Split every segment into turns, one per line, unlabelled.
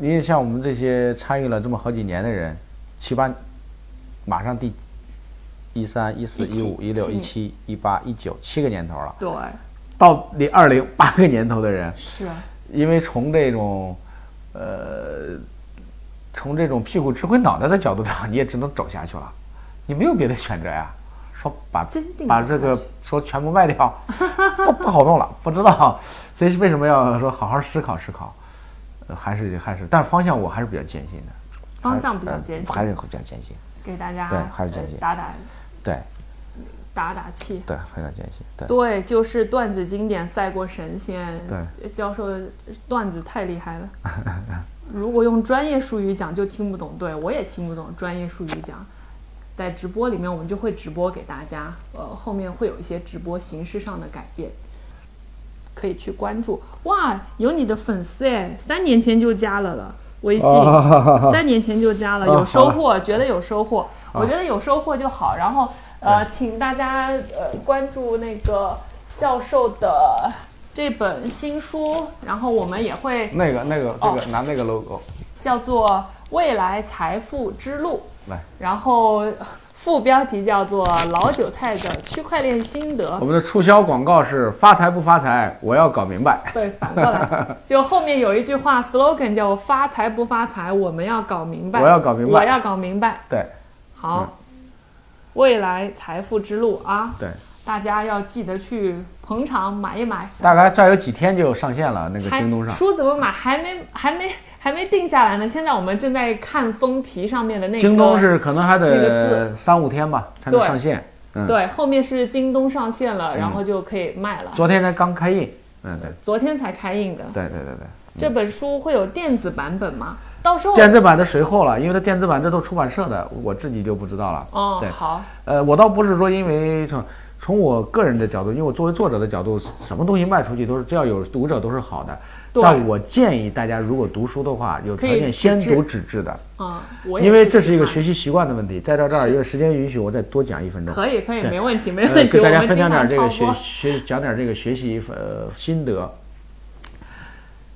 因为像我们这些参与了这么好几年的人，七八，马上第一三、一四、一五、一六、一七、一八、一九七个年头了，
对，
到第二零八个年头的人，
是啊，
因为从这种，呃，从这种屁股吃回脑袋的角度上，你也只能走下去了，你没有别的选择呀。说把
真定
把
走
这
下
个
去
说全部卖掉， 不不好弄了，不知道， 所以是为什么要说好好思考思考，呃还是还是，但是方向我还是比较坚信的，
方向比较艰
还
辛，
是比较艰辛，
给大家
对还是
呃
艰辛
打打
对
打打气。
对，还是比较艰辛，对
对，就是段子经典赛过神仙。呃
对，
教授的段子太厉害了。 如果用专业术语讲，就听不懂。对我也听不懂专业术语讲。在直播里面，我们就会直播给大家，呃，后面会有一些直播形式上的改变，可以去关注。哇，有你的粉丝哎，三年前就加了了微信。三年前就加了，
啊
有收
好啊了
获，觉得有收获，我觉得有收获就好。然后
啊
呃，请大家呃关注那个教授的这本新书，然后我们也会
那个那个这
哦
个拿那个 logo
叫做《未来财富之路》，
来，
然后副标题叫做《老韭菜的区块链心得
我》。们的促销广告是发财不发财，我要搞明白，
对，反过 来，就后面有一句话 slogan 叫“发财不发财，我们要搞明白”，
我要搞明白嗯
我要搞明白。
对
好，未来财富之路啊，
对。
大家要记得去捧场买一买。
大概再有几天就上线了，那个
还
京东上。
书怎么买还没还没还没定下来呢，现在我们正在看封皮上面的那个。
京东是可能还
那个
得三五天吧才能上线。嗯，
对，后面是京东上线了，然后就可以卖了。
昨天才刚开印。嗯，对
昨天才开印的
对对对对，
这本书会有电子版本吗？到时候
电子版的随后了，因为它电子版这都出版社的，我自己就不知道了。
哦
对，
好，
呃，我倒不是说因为从从我个人的角度，因为我作为作者的角度，什么东西卖出去都是只要有读者都是好的。
对
但我建议大家如果读书的话，有条
可以
件先
纸质
读纸质的，
嗯，我也
因为这是一个
喜欢
学习习惯的问题。再到这儿，因为时间允许，我再多讲一分钟。
可以可以
嗯对
没问题没
呃，
问题，
给大
我
家
们
分
经
享点
常
这
超
个学
播。
学讲点这个学习呃心得。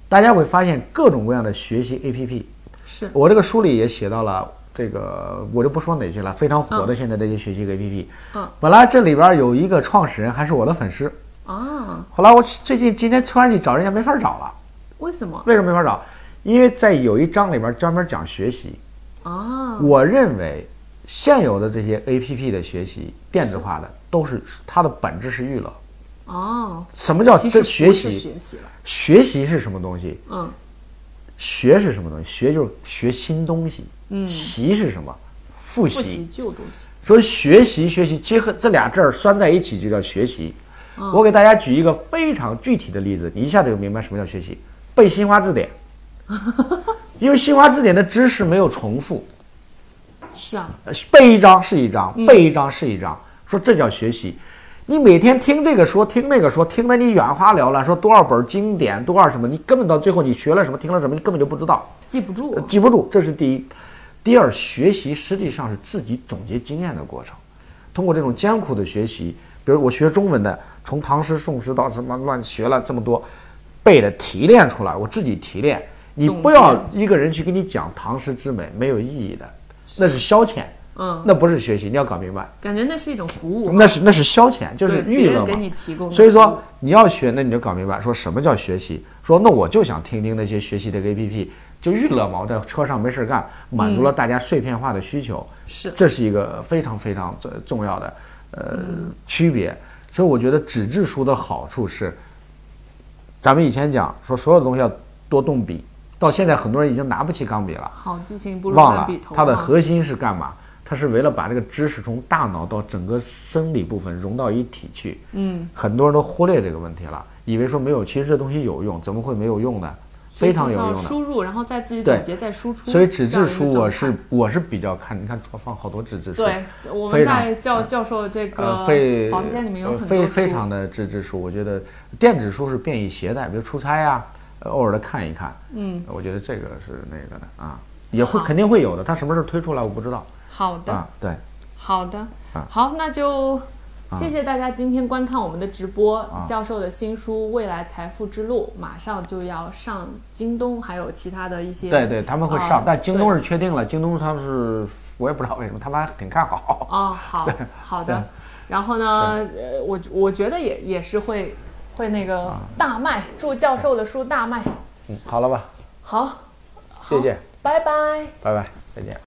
大家会发现各种各样的学习 APP，
是
我这个书里也写到了这个，我就不说哪去了，非常火的现在这些学习 APP。
嗯
本来这里边有一个创始人还是我的粉丝，
啊，
后来我最近今天突然去找人家没法找了，
为什么
为什么没法找？因为在有一章里边专门讲学习，
啊？
我认为现有的这些 APP 的学习电子化的都是它的本质是娱乐。
哦，
什么叫
其实
真
不
学习？
是学习了，
学习是什么东西？
嗯，
学是什么东西？学就是学新东西。嗯，习是什么？复习。
复习旧东西。
所以学习学习结合这俩字儿拴在一起就叫学习。
嗯
我给大家举一个非常具体的例子，你一下子就明白什么叫学习。背新华字典， 因为新华字典的知识没有重复，
是啊，
呃背一章是一章，背一章是一章，说这叫学习。你每天听这个说，听那个说，听得你眼花缭乱，说多少本经典，多少什么，你根本到最后你学了什么，听了什么，你根本就不知道，
记不住
呃。记不住。这是第一。第二，学习实际上是自己总结经验的过程，通过这种艰苦的学习，比如我学中文的，从唐诗宋诗到什么乱学了这么多，背的提炼出来，我自己提炼。你
总
不要
结
一个人去给你讲唐诗之美，没有意义的，那是消遣。
嗯，
那不是学习，你要搞明白，
感觉那是一种服务，
那是那是消遣，就是
对
娱
别
乐
人给
嘛。
你提供的服务。
所以说你要学，那你就搞明白，说什么叫学习？说那我就想听听那些学习的 A P P，就娱乐嘛，我在车上没事干，满足了大家碎片化的需求，
是
这是一个非常非常呃重要的呃区别。所以我觉得纸质书的好处是，咱们以前讲说所有东西要多动笔，到现在很多人已经拿不起钢笔了。
好记性不如
忘
烂
了
笔头啊。
它的核心是干嘛？它是为了把这个知识从大脑到整个生理部分融到一体去。嗯，很多人都忽略这个问题了，以为说没有，其实这东西有用，怎么会没有用呢？非常有
学习
用
上
的。
输入，然后再自己
对
总结，再输出。
所以纸
这样
质
一个
书
状
我
态
是我是比较看，你看我放好多纸质书，
对，我们
非常
在教教授这个
呃，非
房间里面
呃
有很多
非
书，
非常的纸质书，我觉得电子书是便于携带，比如出差呀、呃偶尔的看一看。嗯，我觉得这个是那个的啊，也会
好
肯定会有的，它什么时候推出来我不知道
好的，
啊。对。
好的
啊，
好，那就谢谢大家今天观看我们的直播。
啊
教授的新书《未来财富之路》马上就要上京东，还有其他的一些
对对，他们会上，
啊
但京东
对
是确定了，京东他们是我也不知道为什么，他们还挺看好。
哦，好好的。然后呢，呃，我我觉得也也是会会那个
啊
大卖，祝教授的书大卖。
嗯，好了吧，
好，
谢谢，
拜拜。
拜拜，再见。